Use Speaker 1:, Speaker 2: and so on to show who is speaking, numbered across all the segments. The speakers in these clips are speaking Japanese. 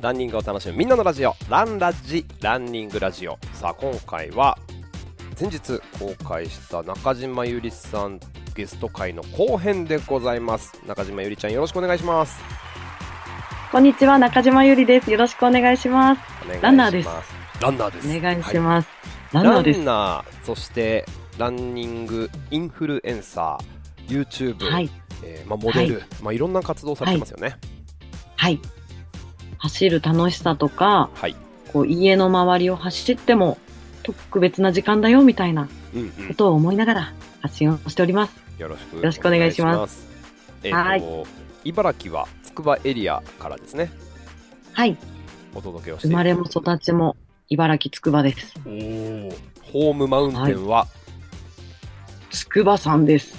Speaker 1: ランニングを楽しむみんなのラジオランラジランニングラジオさあ今回は先日公開した中島ゆりさんゲスト会の後編でございます中島ゆりちゃんよろしくお願いします
Speaker 2: こんにちは、中島ゆりです。よろしくお願いします。
Speaker 1: お願いします
Speaker 2: ランナーです
Speaker 1: ランナーです
Speaker 2: お願い
Speaker 1: は
Speaker 2: します。ランナーです。
Speaker 1: ランナーそしてランニングインフルエンサー YouTube、
Speaker 2: はい、
Speaker 1: えーまあ、モデル、いまあ、いろんな活動をされてますよね
Speaker 2: はい。走る楽しさとか、
Speaker 1: はい、
Speaker 2: こう家の周りを走っても特別な時間だよみたいな
Speaker 1: うんう
Speaker 2: こ
Speaker 1: ん、
Speaker 2: とを思いながら発信をしております。
Speaker 1: よろしく
Speaker 2: よろしくお願いします
Speaker 1: えっ、と茨城はつくばエリアからですね
Speaker 2: はい。
Speaker 1: お届けをして
Speaker 2: 生
Speaker 1: いる
Speaker 2: まれも育ちも茨城つくばです。
Speaker 1: おーホームマウンテンは、
Speaker 2: つくばさんです。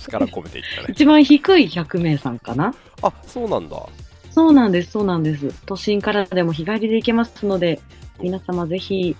Speaker 1: 力込めていったね
Speaker 2: 一番低い100名さんかな
Speaker 1: あそうなんだ
Speaker 2: そうなんです、そうなんです。都心からでも日帰りで行けますので、皆様ぜひ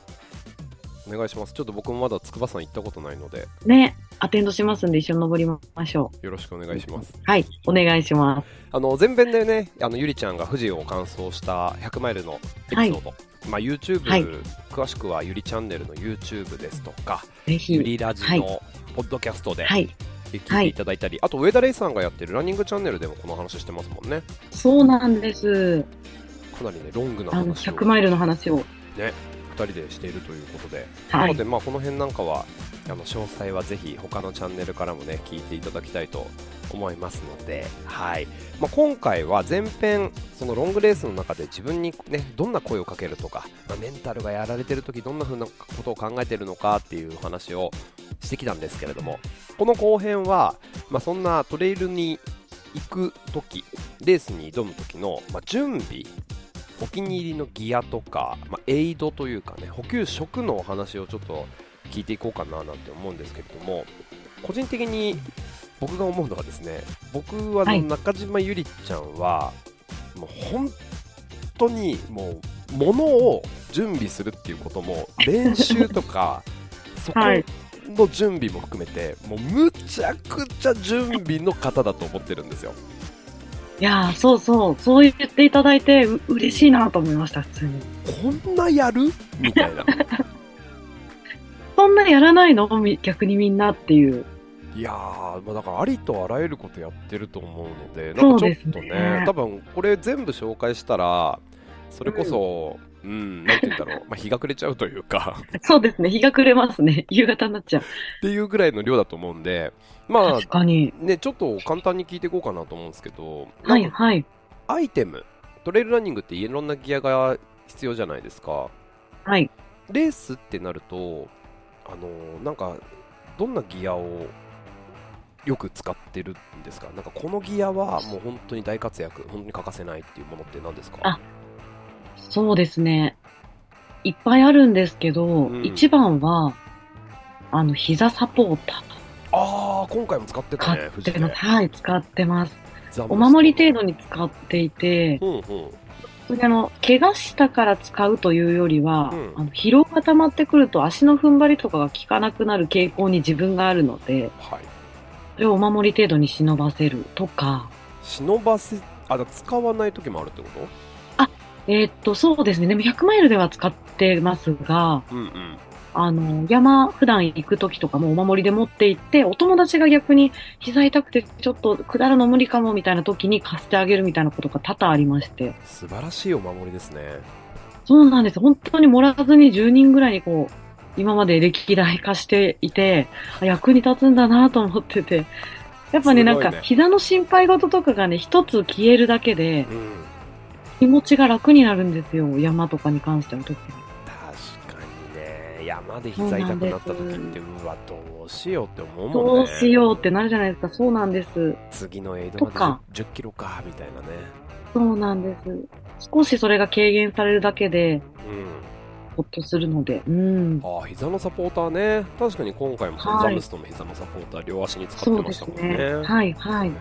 Speaker 1: お願いしますちょっと僕もまだ筑波山行ったことないので
Speaker 2: ね、アテンドしますんで一緒に登りましょう。
Speaker 1: よろしくお願いします
Speaker 2: はい、お願いします。
Speaker 1: あの前編でねあのゆりちゃんが富士を完走した100マイルのエピソード、まあ、YouTube、
Speaker 2: はい
Speaker 1: 詳しくはゆりチャンネルの YouTube ですとか、
Speaker 2: ぜ
Speaker 1: ゆ
Speaker 2: ひ。
Speaker 1: りラジのポッドキャストで
Speaker 2: はい。
Speaker 1: 聞いていただいたり、あと上田レイさんがやってるランニングチャンネルでもこの話してますもんね
Speaker 2: そうなんです。
Speaker 1: かなりねロングな
Speaker 2: あの、
Speaker 1: 話を
Speaker 2: 100マイルの話を。
Speaker 1: 2人でしているということで、
Speaker 2: は
Speaker 1: なの
Speaker 2: い。
Speaker 1: でまあこの辺なんかはあの詳細はぜひ他のチャンネルからもね聞いていただきたいと思いますので、はいまあ、今回は前編そのロングレースの中で自分にねどんな声をかけるとか、まあ、メンタルがやられてる時どんな風なことを考えてるのかっていうお話をしてきたんですけれどもこの後編は、まあ、そんなトレイルに行く時レースに挑む時の、まあ、準備お気に入りのギアとか、まあ、エイドというかね補給食のお話をちょっと聞いていこうかななんて思うんですけれども個人的に僕が思うのはですね僕はあの
Speaker 2: はい
Speaker 1: 中島ゆりちゃんは、もう本当にもう物を準備するっていうこと も練習とかそこ
Speaker 2: はい
Speaker 1: の準備も含めてもうむちゃくちゃ準備の方だと思ってるんですよ。
Speaker 2: いやー、そうそう。そう言っていただいて、う嬉しいなと思いました、普通に。
Speaker 1: こんなやるみたいな。
Speaker 2: そんなやらないのみ逆にみんなっていう。
Speaker 1: いやー、まあ、だからありとあらゆることやってると思うので、な
Speaker 2: そ
Speaker 1: ん
Speaker 2: う
Speaker 1: かちょ
Speaker 2: で
Speaker 1: っ
Speaker 2: す
Speaker 1: とね、
Speaker 2: ね
Speaker 1: 多分これ全部紹介したら、それこそ、うん、なんて言うんだ ろう、まあ、日が暮れちゃうというかっ
Speaker 2: そうですね。日が暮れますね。 夕方になっちゃう。
Speaker 1: ていうぐらいの量だと思うんで、ま
Speaker 2: 確かに。
Speaker 1: あ、ね、ちょっと簡単に聞いていこうかなと思うんですけど、
Speaker 2: は、
Speaker 1: ないんか
Speaker 2: はい。
Speaker 1: アイテム、トレイルランニングっていろんなギアが必要じゃないですか。
Speaker 2: はい。
Speaker 1: レースってなると、あのーなんか、どんなギアをよく使ってるんですかなんかこのギアはもう本当に大活躍、本当に欠かせないっていうものって何ですか
Speaker 2: あそうですね。いっぱいあるんですけど、
Speaker 1: ん
Speaker 2: 一番は、あの、膝サポータ
Speaker 1: あー、今回も使って
Speaker 2: ー
Speaker 1: た
Speaker 2: 買
Speaker 1: ね、
Speaker 2: っ
Speaker 1: 富士
Speaker 2: て
Speaker 1: で
Speaker 2: ます。はい、使ってます。
Speaker 1: ザ
Speaker 2: お守り程度に使っていて、
Speaker 1: 度。うんうん。
Speaker 2: それであの、怪我したから使うというよりは、
Speaker 1: うん
Speaker 2: あの疲労が溜まってくると足の踏ん張りとかが効かなくなる傾向に自分があるので、
Speaker 1: はい。
Speaker 2: それをお守り程度に忍ばせるとか、
Speaker 1: 忍ばせ、あ、だから使わない時もあるってこ
Speaker 2: えーっと、そうですね。でも100マイルでは使ってますが、
Speaker 1: とうんうん。
Speaker 2: あの、山、普段行く時とかもお守りで持って行って、お友達が逆に膝痛くてちょっと下るの無理かもみたいな時に貸してあげるみたいなことが多々ありまして。
Speaker 1: 素晴らしいお守りですね。
Speaker 2: そうなんです。本当にもらずに10人ぐらいにこう、今まで歴代化していて、あ役に立つんだなと思ってて。やっぱね、
Speaker 1: すごいね
Speaker 2: なんか、膝の心配事とかがね、一つ消えるだけで、
Speaker 1: うん。
Speaker 2: 気持ちが楽になるんですよ。山とかに関しては特に。
Speaker 1: 確かにね、山で膝痛くなった時って、うわ、どうしようって思うもんね。
Speaker 2: どうしようってなるじゃないですか。そうなんです。
Speaker 1: 次のエイド
Speaker 2: と
Speaker 1: ま
Speaker 2: か
Speaker 1: で10 10キロかみたいなね、
Speaker 2: そうなんです。少しそれが軽減されるだけで、
Speaker 1: うん、
Speaker 2: ほっとするので。うん。
Speaker 1: ああ膝のサポーターね確かに今回も
Speaker 2: はい
Speaker 1: ザムストの膝のサポーター両足に使っ
Speaker 2: そ
Speaker 1: て
Speaker 2: う
Speaker 1: ま
Speaker 2: で
Speaker 1: した
Speaker 2: す
Speaker 1: もんね
Speaker 2: ね。はい、はい。
Speaker 1: へ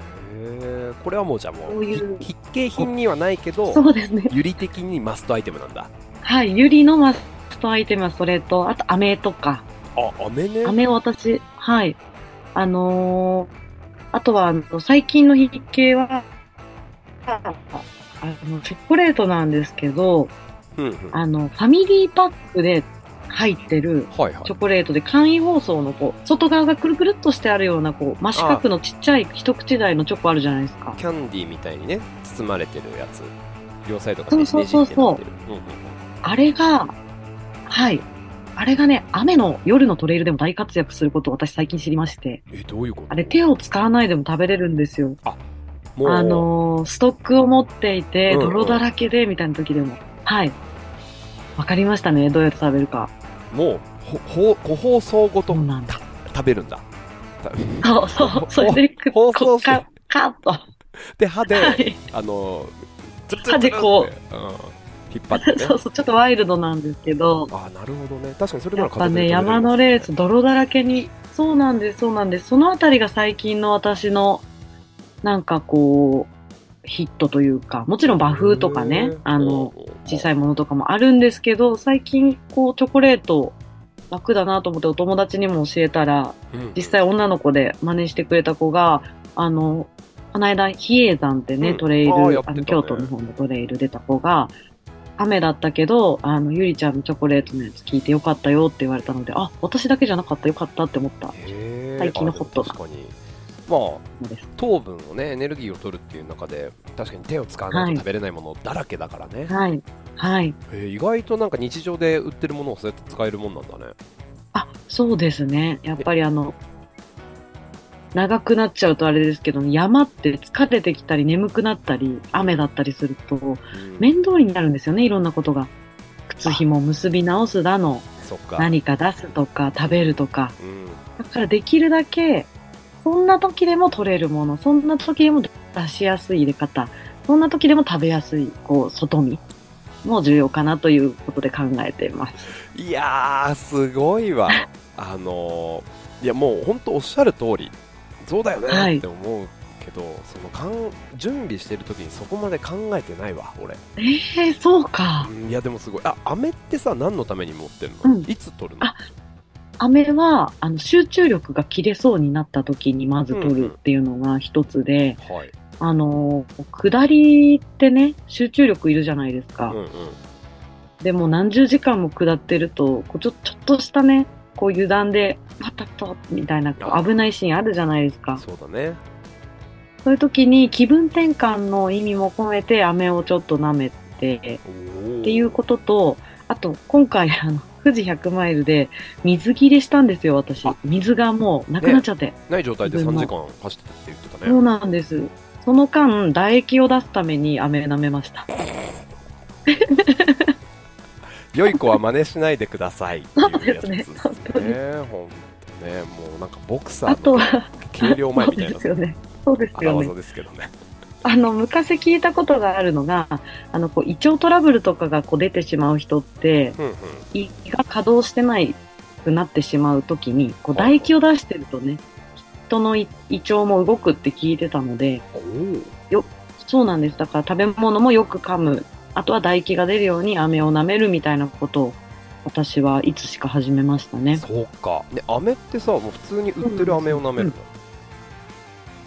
Speaker 1: えこれはもうじゃあもう
Speaker 2: こういう
Speaker 1: ひ筆形品にはないけど
Speaker 2: そうですね。
Speaker 1: ゆり的にマストアイテムなんだ
Speaker 2: はい。ゆりのマストアイテムはそれと、あと、飴とか。
Speaker 1: あ飴ね
Speaker 2: 飴を私、はい。あのーあとは、あの最近の筆形は、あの、チョコレートなんですけど、
Speaker 1: うんうんは
Speaker 2: あの、ファミリーパックで入ってる
Speaker 1: いはい
Speaker 2: チョコレートで、簡易包装のこう、外側がくるくるっとしてあるような、こう、真四角のちっちゃい一口大のチョコあるじゃないですか。
Speaker 1: キャンディーみたいにね包まれてるやつ両サイドが
Speaker 2: そ
Speaker 1: ね
Speaker 2: う
Speaker 1: じ
Speaker 2: そう
Speaker 1: ねじ
Speaker 2: そう
Speaker 1: ってな
Speaker 2: そう
Speaker 1: ってるうんうんうん
Speaker 2: あれが、はい。あれがね、雨の夜のトレイルでも大活躍することを私最近知りまして、
Speaker 1: えどういうこと
Speaker 2: あれ手を使わないでも食べれるんですよ。
Speaker 1: もう
Speaker 2: あのーストックを持っていて、
Speaker 1: うんうん
Speaker 2: 泥だらけで、みたいな時でも。はい。わかりましたね、どうやって食べるか。
Speaker 1: もうほほ個包装ご
Speaker 2: そ
Speaker 1: と
Speaker 2: うなんだ。
Speaker 1: た食べるんだた
Speaker 2: そうそう、それでく、
Speaker 1: 包
Speaker 2: こ
Speaker 1: 装
Speaker 2: うか
Speaker 1: 紙、
Speaker 2: かっと。は
Speaker 1: で歯で、
Speaker 2: い。
Speaker 1: あのずる
Speaker 2: 歯でこう
Speaker 1: うん、引っ張ってね
Speaker 2: そうそう、ちょっとワイルドなんですけど、
Speaker 1: ああなるほどね確かにそれな
Speaker 2: や
Speaker 1: ら
Speaker 2: っぱ
Speaker 1: 片手で止め
Speaker 2: ね、
Speaker 1: れる
Speaker 2: 山のレース、泥だらけに、そうなんです、そうなんです。そのあたりが最近の私の、なんかこう、ヒットというか、もちろん和風とかね、あの、小さ
Speaker 1: い
Speaker 2: いものとかもあるんですけど、最近、こう、チョコレート、楽だなと思ってお友達にも教えたら、実際女の子で真似してくれた子が、あの、この間、比叡山ってね、
Speaker 1: うん
Speaker 2: トレイル、
Speaker 1: あーやってた
Speaker 2: あ
Speaker 1: ね
Speaker 2: の京都の方のトレイル出た子が、雨だったけど、あの、ゆりちゃんのチョコレートのやつ聞いてよかったよって言われたので、あ、私だけじゃなかったよかったって思ったの最近のホットな
Speaker 1: 確かにまあ
Speaker 2: です。
Speaker 1: 糖分をねエネルギーを取るっていう中で確かに手を使わないと食べれないものだらけだからね、
Speaker 2: はい。はい。
Speaker 1: えー意外となんか日常で売ってるものをそうやって使えるもんなんだね
Speaker 2: あ、そうですね。やっぱりあの、長くなっちゃうとあれですけど、山って疲れてきたり眠くなったり、雨だったりすると、
Speaker 1: うん
Speaker 2: 面倒になるんですよね、いろんなことが。靴紐結び直すだの、
Speaker 1: そっか
Speaker 2: 何か出すとか食べるとか
Speaker 1: うん
Speaker 2: だからできるだけそんな時でも取れるものそんな時でも出しやすい入れ方そんな時でも食べやすいこう外見も重要かなということで考えています
Speaker 1: いやーすごいわあのーいやもう本当おっしゃる通りそうだよ
Speaker 2: は
Speaker 1: ね
Speaker 2: い
Speaker 1: って思うけど、そのかん準備してる時にそこまで考えてないわ俺
Speaker 2: えー、そうか
Speaker 1: うんいやでもすごいあ飴ってさ何のために持ってるの、
Speaker 2: うん
Speaker 1: いつ取るの
Speaker 2: あ飴はあの集中力が切れそうになった時にまず取るっていうのが一つで、
Speaker 1: はい、
Speaker 2: あの下りってね集中力いるじゃないですか、
Speaker 1: うんうん、
Speaker 2: でも何十時間も下ってると、こうちょちょっとしたね、こう油断で、またと、みたいなこう危ないシーンあるじゃないですか。
Speaker 1: そうだね
Speaker 2: そういう時に気分転換の意味も込めて飴をちょっと舐めて、っていうことと、あと今回あの、富士100マイルで水切れしたんですよ、私
Speaker 1: あ。
Speaker 2: 水がもうなくなっちゃって。
Speaker 1: とない状態で
Speaker 2: 自分
Speaker 1: 3
Speaker 2: の
Speaker 1: 時間走ってたって言ってたね
Speaker 2: そうなんです。その間、唾液を出すために飴舐めました。
Speaker 1: 良い子は真似しないでくださいっていうやつですね。
Speaker 2: そうで
Speaker 1: 本
Speaker 2: す
Speaker 1: 当ね、もうなんかボクサ
Speaker 2: あ
Speaker 1: ー
Speaker 2: と
Speaker 1: の
Speaker 2: は、
Speaker 1: 軽量前
Speaker 2: そう
Speaker 1: みたい
Speaker 2: で
Speaker 1: な
Speaker 2: すよね。そうです
Speaker 1: 荒
Speaker 2: よね。
Speaker 1: 技ですけどね。
Speaker 2: あの、昔聞いたことがあるのが、あの、こう、胃腸トラブルとかがこう出てしまう人って、
Speaker 1: うんうん
Speaker 2: 胃が稼働してないくなってしまうときに、こう、唾液を出してるとね、人の胃胃腸も動くって聞いてたので、
Speaker 1: おー
Speaker 2: そうなんです。だから食べ物もよく噛む。あとは唾液が出るように飴を舐めるみたいなことを、私はいつしか始めましたね。
Speaker 1: そうか。ね、飴ってさ、もう普通に売ってる飴を舐めるの。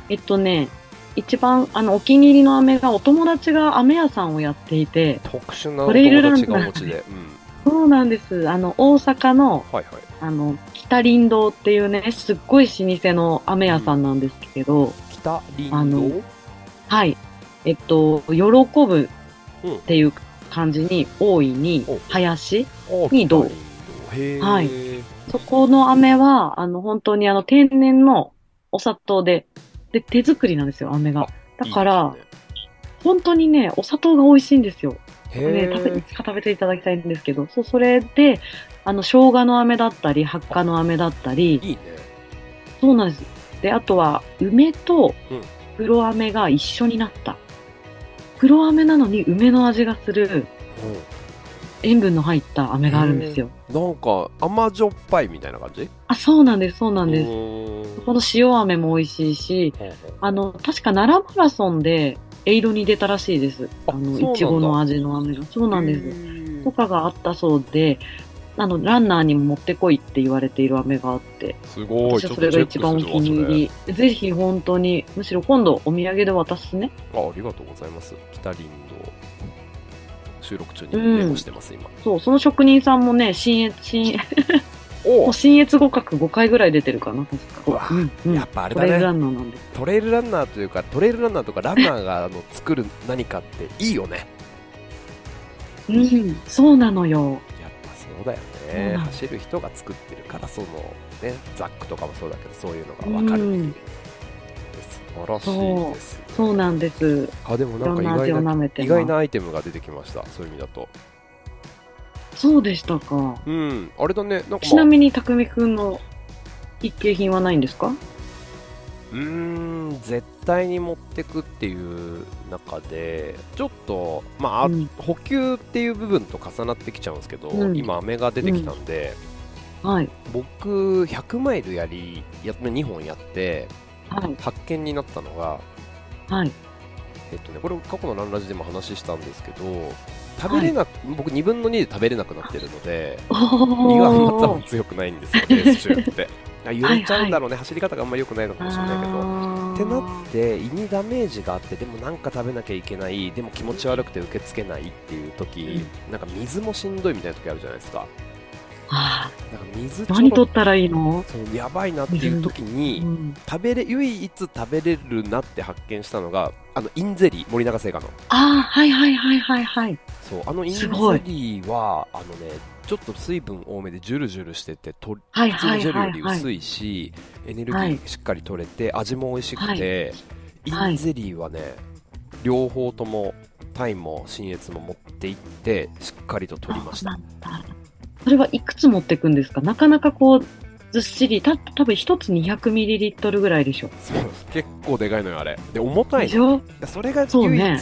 Speaker 2: えっとね、一番、あの、お気に入りの飴が、お友達が飴屋さんをやっていて、
Speaker 1: 特殊なお
Speaker 2: トレイル
Speaker 1: 友
Speaker 2: ランナ
Speaker 1: 達
Speaker 2: ー
Speaker 1: がお持ちで。うん。
Speaker 2: そうなんです。あの、大阪の、
Speaker 1: はいはい。
Speaker 2: あの、北林道っていうね、すっごい老舗の飴屋さんなんですけど、
Speaker 1: 北林
Speaker 2: あの
Speaker 1: 道
Speaker 2: はい。えっと、喜ぶっていう感じに、大いに
Speaker 1: お、
Speaker 2: 林。
Speaker 1: お
Speaker 2: に道
Speaker 1: 北林道
Speaker 2: は
Speaker 1: へ
Speaker 2: い
Speaker 1: ー
Speaker 2: そこの飴は、あの、本当にあの、天然のお砂糖で、で、手作りなんですよ、飴が。だから、本当にね、お砂糖が美味しいんですよ。
Speaker 1: いい
Speaker 2: ね、
Speaker 1: ですね
Speaker 2: 食べ
Speaker 1: へ
Speaker 2: いつか食べていただきたいんですけど、そう、それで、あの、生姜の飴だったり、発火の飴だったり
Speaker 1: ー、いいね。
Speaker 2: そうなんです。で、あとは、梅と
Speaker 1: うん
Speaker 2: 黒飴が一緒になった。黒飴なのに梅の味がする塩分の入った飴があるんですよ。
Speaker 1: うんなんか甘じょっぱいみたいな感じ
Speaker 2: あ、そうなんです、そうなん
Speaker 1: う
Speaker 2: です。
Speaker 1: ーん
Speaker 2: この塩飴も美味しいし、
Speaker 1: ほうほう
Speaker 2: あの、確か奈良マラソンでエイドに出たらしいです。
Speaker 1: あ
Speaker 2: あ
Speaker 1: そう
Speaker 2: の、
Speaker 1: なんだ
Speaker 2: いちごの味の飴が。そうなんで
Speaker 1: へ
Speaker 2: す。
Speaker 1: ー
Speaker 2: とかがあったそうで、あの、ランナーにも持ってこいって言われている飴があって、
Speaker 1: すごい。ち
Speaker 2: 私
Speaker 1: ょ
Speaker 2: は
Speaker 1: っ
Speaker 2: そ
Speaker 1: と
Speaker 2: れ
Speaker 1: チェ
Speaker 2: が
Speaker 1: ック
Speaker 2: 一番お気に入り。ぜひ本当に、むしろ今度お土産で渡すね。
Speaker 1: するわそれあ、ありがとうございます。北林道。収録中にメモしてます、今。
Speaker 2: そう、その職人さんもね、新越、新、
Speaker 1: お
Speaker 2: もう
Speaker 1: お、
Speaker 2: 新越合格5回ぐらい出てるかな、確
Speaker 1: うわ
Speaker 2: か。うん、うん。
Speaker 1: やっぱあれ
Speaker 2: ト
Speaker 1: だ
Speaker 2: レイルラ
Speaker 1: ね。
Speaker 2: ンナーなんです。
Speaker 1: トレイルランナーというか、トレイルランナーとかランナーがあの作る何かっていいよね。
Speaker 2: うん、そうなのよ。
Speaker 1: やっぱそうだよ
Speaker 2: そう
Speaker 1: ね。
Speaker 2: なの。
Speaker 1: 走る人が作ってるから、その、ね、ザックとかもそうだけど、そういうのがわかるっていううん素晴らしいです、ね。
Speaker 2: そうなんです。
Speaker 1: あ、でも
Speaker 2: い
Speaker 1: な
Speaker 2: ろ
Speaker 1: んか
Speaker 2: ん
Speaker 1: 意
Speaker 2: な味を
Speaker 1: 外な、
Speaker 2: 舐めて
Speaker 1: 意
Speaker 2: ます
Speaker 1: 外なアイテムが出てきました。そういう意味だと。
Speaker 2: そうでしたか。
Speaker 1: うん、あれだね。なんか、まあ、
Speaker 2: ちなみに、たくみくんの一景品はないんですか
Speaker 1: うーん絶対に持ってくっていう中でちょっと、まああ
Speaker 2: うん
Speaker 1: 補給っていう部分と重なってきちゃうんですけど、
Speaker 2: うん
Speaker 1: 今、飴が出てきたんで、
Speaker 2: はい。
Speaker 1: 僕、100マイルやりや2本やって
Speaker 2: はい。
Speaker 1: 発見になったのが、
Speaker 2: はい。
Speaker 1: えっとね、これ過去のランラジでも話したんですけど食べれなく、僕、2分の2で食べれなくなってるので
Speaker 2: お
Speaker 1: 胃がまた
Speaker 2: ー
Speaker 1: も強くないんです よ、レース中って。あ揺れちゃうんだろうね、走り方があんま良くないのかもしれないけど。
Speaker 2: あー
Speaker 1: ってなって胃にダメージがあってでもなんか食べなきゃいけないでも気持ち悪くて受け付けないっていう時、なんか水もしんどいみたいな時あるじゃないですか
Speaker 2: あ
Speaker 1: なんか水
Speaker 2: ー
Speaker 1: ちょ
Speaker 2: 何
Speaker 1: ろ
Speaker 2: 取ったらいいの、
Speaker 1: そうやばいなっていう時
Speaker 2: う
Speaker 1: に
Speaker 2: ん、
Speaker 1: 食べれ唯一食べれるなって発見したのがあのインゼリー森永製菓の
Speaker 2: ああ、はいはいはいはいはい。
Speaker 1: そうあのインゼ
Speaker 2: すごい
Speaker 1: リーはあのねちょっと水分多めでジュルジュルしててと
Speaker 2: はい
Speaker 1: 普通の
Speaker 2: はい
Speaker 1: ジェル
Speaker 2: は
Speaker 1: よ
Speaker 2: い
Speaker 1: り
Speaker 2: はい。
Speaker 1: 薄いし、エネルギ
Speaker 2: はい
Speaker 1: ーしっかり取れて、味も美味しくて、
Speaker 2: はい
Speaker 1: インゼリーはね、両方ともタイも新越も持って行ってしっかりと取りまし
Speaker 2: そ
Speaker 1: た
Speaker 2: うなんだそれはいくつ持ってくんですかなかなかこう、ずっしり、た多分一つ 200ml ぐらいでしょ。
Speaker 1: そう 結構でかいのよあれで重た
Speaker 2: で
Speaker 1: い
Speaker 2: し
Speaker 1: の
Speaker 2: ょ
Speaker 1: それが
Speaker 2: そう
Speaker 1: 唯一、
Speaker 2: ね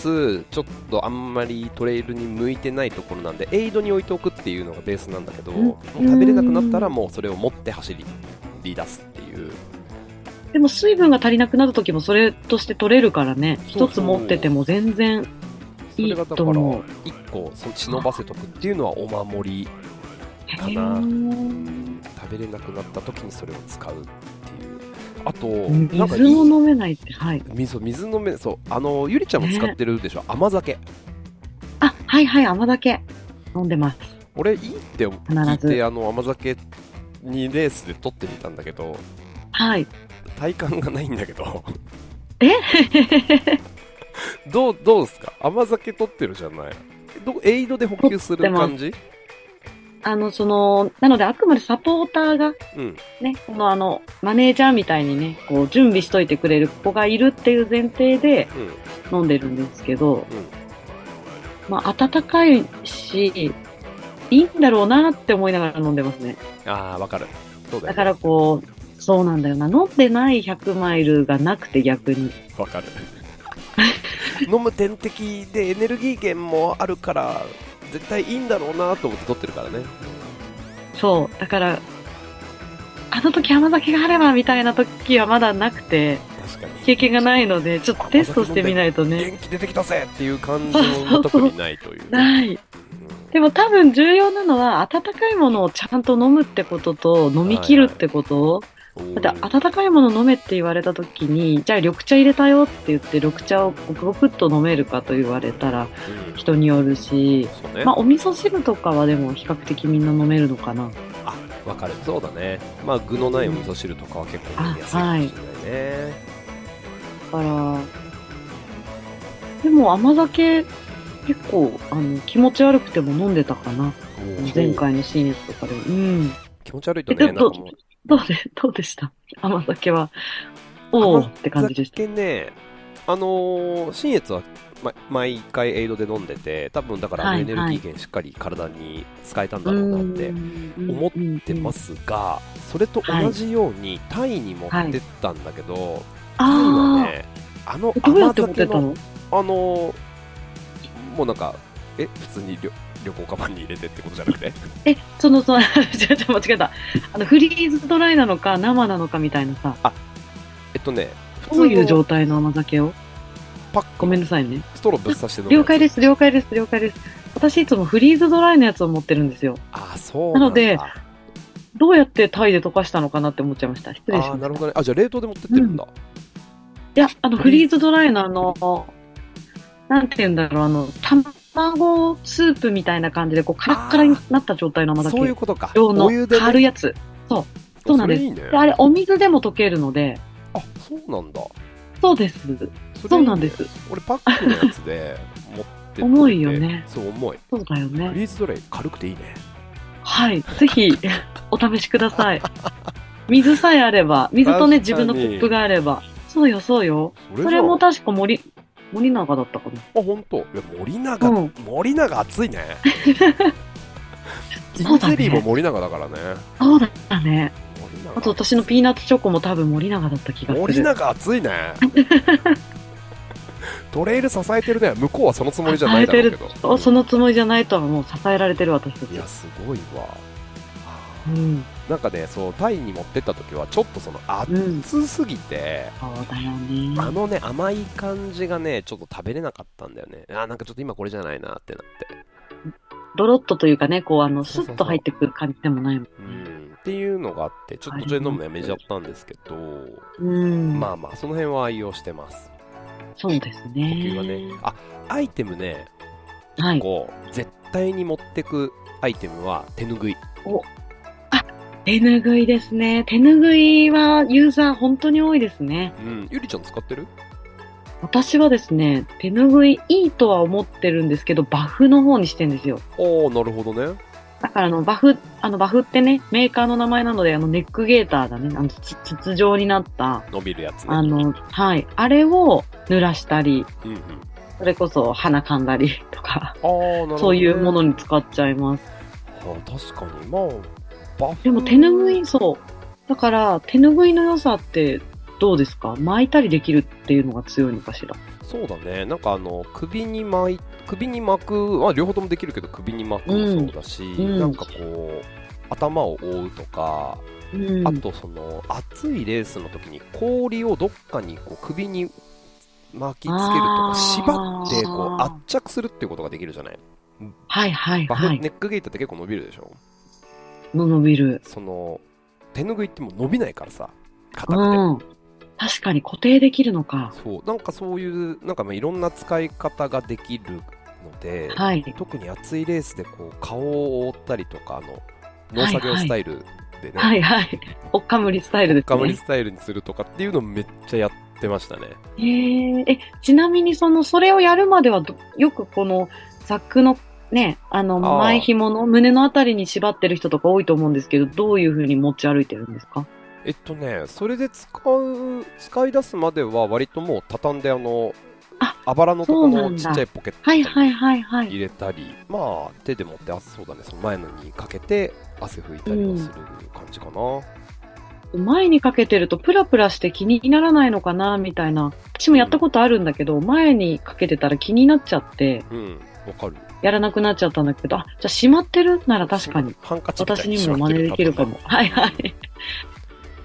Speaker 1: ちょっとあんまりトレイルに向いてないところなんでエイドに置いておくっていうのがベースなんだけど、
Speaker 2: うん
Speaker 1: もう食べれなくなったらもうそれを持って走り出すっていう
Speaker 2: でも水分が足りなくなった時もそれとして取れるからね。
Speaker 1: そうそう
Speaker 2: 一つ持ってても全然。
Speaker 1: それがだから
Speaker 2: いいと思う
Speaker 1: 1個そ忍ばせとくっていうのはお守りか
Speaker 2: へ
Speaker 1: な
Speaker 2: ー
Speaker 1: 食べれなくなった時にそれを使うっていうあとなんかい
Speaker 2: 水
Speaker 1: い
Speaker 2: も飲めないって、はい。
Speaker 1: 水水飲めそうあのゆりちゃんも使ってるでしょ、甘酒
Speaker 2: あ、はいはい、甘酒。飲んでます。
Speaker 1: 俺いいって聞い
Speaker 2: 必
Speaker 1: て
Speaker 2: ず
Speaker 1: あの甘酒にレースで取ってみたんだけど
Speaker 2: はい。
Speaker 1: 体感がないんだけど
Speaker 2: 取
Speaker 1: どうどうですか甘酒取ってるじゃないどエイドで補給する感じ
Speaker 2: あの、その、なのであくまでサポーターが、
Speaker 1: うん
Speaker 2: ね、このあの、マネージャーみたいにね、こう、準備しといてくれる子がいるっていう前提で
Speaker 1: うん
Speaker 2: 飲んでるんですけど、まあ、暖かいし、いいんだろうなって思いながら飲んでますね。
Speaker 1: ああわかるそうだ
Speaker 2: だ
Speaker 1: よ、
Speaker 2: か
Speaker 1: ね、
Speaker 2: らこう、そうなんだよな。飲んでない100マイルがなくて逆に。
Speaker 1: わかる 飲む点滴でエネルギー源もあるから絶対いいんだろうなと思って取ってるからね
Speaker 2: そう。だから、あの時甘酒があればみたいな時はまだなくて、
Speaker 1: 確かに
Speaker 2: 経験がないので、ちょっとテストしてみないとね。
Speaker 1: 元気出てきたぜっていう感情も特にないという。
Speaker 2: ない。でも多分重要なのは、温かいものをちゃんと飲むってことと、飲み切るってこと。
Speaker 1: うん
Speaker 2: だって温かいもの飲めって言われた時に、じゃあ緑茶入れたよって言って、緑茶をゴクゴクっと飲めるかと言われたら、
Speaker 1: うん
Speaker 2: 人によるし、
Speaker 1: そうね
Speaker 2: まあお味噌汁とかはでも比較的みんな飲めるのかな。
Speaker 1: あわかるそうだねまあ具のないお味噌汁とかは結構飲みやすいかもしれないね、
Speaker 2: だから、でも甘酒、結構、あの、気持ち悪くても飲んでたかな。
Speaker 1: おー
Speaker 2: 前回の新越とかでも。うん。
Speaker 1: 気持ち悪いとね
Speaker 2: え
Speaker 1: な
Speaker 2: ど
Speaker 1: んかもう
Speaker 2: どうで、 どうでした甘酒は。おお
Speaker 1: 甘
Speaker 2: って感じでした。
Speaker 1: 酒ねあのー新越は、ま、毎回エイドで飲んでて多分だからあの
Speaker 2: はい。
Speaker 1: エネルギー源しっかり体に使えたんだろうなって思ってますすがそれと同じようにタイに持ってったんだけど、タイは
Speaker 2: ああ、
Speaker 1: ねあの
Speaker 2: えどうや
Speaker 1: 甘
Speaker 2: って持っ
Speaker 1: 酒
Speaker 2: てた
Speaker 1: の
Speaker 2: の
Speaker 1: あのーもうなんかえ普通に旅旅行カバンに入れてってことじゃなくて
Speaker 2: え、その、 その、ちょ、ちょ、間違えた。あの、フリーズドライなのか、生なのかみたいなさ、
Speaker 1: えっとね普
Speaker 2: どういう
Speaker 1: 通の
Speaker 2: 状態の甘酒を
Speaker 1: パッ
Speaker 2: ごめん
Speaker 1: ク
Speaker 2: なさいね。
Speaker 1: ストローぶっ刺して飲むやつ
Speaker 2: 了解です、了解です、了解です。私いつもフリーズドライのやつを持ってるんですよ。
Speaker 1: ああそうなんだ
Speaker 2: なのでどうやってタイで溶かしたのかなって思っちゃいました。失礼し
Speaker 1: あ
Speaker 2: ま
Speaker 1: あ
Speaker 2: し
Speaker 1: な
Speaker 2: た。
Speaker 1: る
Speaker 2: い
Speaker 1: ほどねあじゃあ冷凍で持ってってるんだ、
Speaker 2: や、あの、フリーズドライのあの、なんて言うんだろう、あの、卵スープみたいな感じで、こう、カラッカラになった状態の甘酒
Speaker 1: そういうことか
Speaker 2: 用の
Speaker 1: お湯で、ね、
Speaker 2: 軽いやつ。そうなんです
Speaker 1: それいいね
Speaker 2: であれ、お水でも溶けるので、
Speaker 1: あそうなんだ
Speaker 2: そうです。
Speaker 1: それいうい
Speaker 2: そ
Speaker 1: ね
Speaker 2: なんです。
Speaker 1: 俺パックのやつで持ってって
Speaker 2: 重いよね
Speaker 1: そう重い
Speaker 2: そうだよ
Speaker 1: フ
Speaker 2: ね。
Speaker 1: リーズドライ軽くていいね
Speaker 2: はい。ぜひ、お試しください。水さえあれば、水とね、
Speaker 1: 確
Speaker 2: 自
Speaker 1: かに
Speaker 2: 分のコップがあれば。そうよ、そうよ。
Speaker 1: それ
Speaker 2: そ
Speaker 1: じゃ
Speaker 2: れ
Speaker 1: あ
Speaker 2: も確か森、森永だったかな。
Speaker 1: あ本当いや森永、
Speaker 2: うん
Speaker 1: 森永熱い ねキ
Speaker 2: そ
Speaker 1: ン
Speaker 2: うだね
Speaker 1: ゼリーも森永だからね
Speaker 2: そうだったね。
Speaker 1: 森永
Speaker 2: あと私のピーナッツチョコも多分森永だった気がする。
Speaker 1: 森永熱い ねトレイル支えてるね向こうはそのつもりじゃないだろうけど
Speaker 2: 支えて るおそのつもりじゃないとはもう支えられてる私た
Speaker 1: い
Speaker 2: ち
Speaker 1: や。すごいわ
Speaker 2: うん。
Speaker 1: なんかねそうタイに持ってった時はちょっとその
Speaker 2: うん。
Speaker 1: 熱すぎて、
Speaker 2: そうだよね。
Speaker 1: あのね甘い感じがねちょっと食べれなかったんだよねあーなんかちょっと今これじゃないなってなって
Speaker 2: ドロッとというかね、こう、あの、ス
Speaker 1: そうそうそう
Speaker 2: ッと入ってくる感じでもないもん。
Speaker 1: うんっていうのがあってちょっと途中で飲むのやめちゃったんですけど、
Speaker 2: うん。
Speaker 1: まあまあその辺は愛用してます
Speaker 2: そうです
Speaker 1: 呼
Speaker 2: ね。
Speaker 1: 吸はねあアイテムね
Speaker 2: は い。
Speaker 1: こう絶対に持ってくアイテムは手ぬぐい
Speaker 2: 手ぬぐいですね。手ぬぐいはユーザー本当に多いですね。
Speaker 1: うんゆりちゃん使ってる
Speaker 2: 私はですね、手ぬぐいいいとは思ってるんですけど、バフの方にしてんですよ。
Speaker 1: おおなるほどね
Speaker 2: だからあの、バフ、あの、バフってね、メーカーの名前なので、あの、ネックゲーターがね、あの、つ筒状になった、
Speaker 1: 伸びるやつね
Speaker 2: あの、はい、あれを濡らしたり、
Speaker 1: うんうん
Speaker 2: それこそ鼻かんだりとか、
Speaker 1: あーなるほどね
Speaker 2: そういうものに使っちゃいます。
Speaker 1: あー確かにまあバフ
Speaker 2: でも手ぬぐい、そう。だから、手ぬぐいの良さってどうですか巻いたりできるっていうのが強いのかしら。
Speaker 1: そうだねなんかあの首に巻い首に巻くは両方ともできるけど首に巻くもそうだし、
Speaker 2: うん
Speaker 1: なんかこう頭を覆うとか、
Speaker 2: うん。
Speaker 1: あとその暑いレースの時に氷をどっかにこう首に巻きつけるとか
Speaker 2: あー
Speaker 1: 縛ってこう圧着するっていうことができるじゃない
Speaker 2: はいはい
Speaker 1: バフ、
Speaker 2: はい。
Speaker 1: ネックゲーターって結構伸びるでしょ
Speaker 2: の伸びる。
Speaker 1: その手ぬぐいってもう伸びないからさ
Speaker 2: う
Speaker 1: 硬くて、
Speaker 2: ん。確かに固定できるのか。
Speaker 1: そうなんかそういうなんかまあいろんな使い方ができるので、
Speaker 2: はい。
Speaker 1: 特に暑いレースでこう顔を覆ったりとかあの農作業スタイルでね、
Speaker 2: はいはい。おっかむりスタイルですね。
Speaker 1: ガムリスタイルにするとかっていうのめっちゃやってましたね。
Speaker 2: へーえ、ちなみにその、それをやるまではど、よくこの、ザックのね、あの、
Speaker 1: あー
Speaker 2: 前紐の胸のあたりに縛ってる人とか多いと思うんですけど、どういうふうに持ち歩いてるんですか
Speaker 1: えっとねそれで使う使い出すまでは割ともう畳んであの
Speaker 2: あ
Speaker 1: あばらのとこ
Speaker 2: そうな
Speaker 1: ろ
Speaker 2: ん
Speaker 1: の
Speaker 2: だ
Speaker 1: ちっちゃいポケット
Speaker 2: はい
Speaker 1: に
Speaker 2: はいはいはい。
Speaker 1: 入れたりまあ手で持ってあそうだねその前のにかけて汗拭いたりはする感じかな。
Speaker 2: 前にかけてるとプラプラして気にならないのかな、みたいな。私もやったことあるんだけど、前にかけてたら気になっちゃって、
Speaker 1: うんわかる
Speaker 2: やらなくなっちゃったんだけど、あ、じゃあ閉まってるなら確かに。
Speaker 1: ハンカチみたい
Speaker 2: 私に
Speaker 1: しま
Speaker 2: も
Speaker 1: って
Speaker 2: 真似できるかも。はいはい。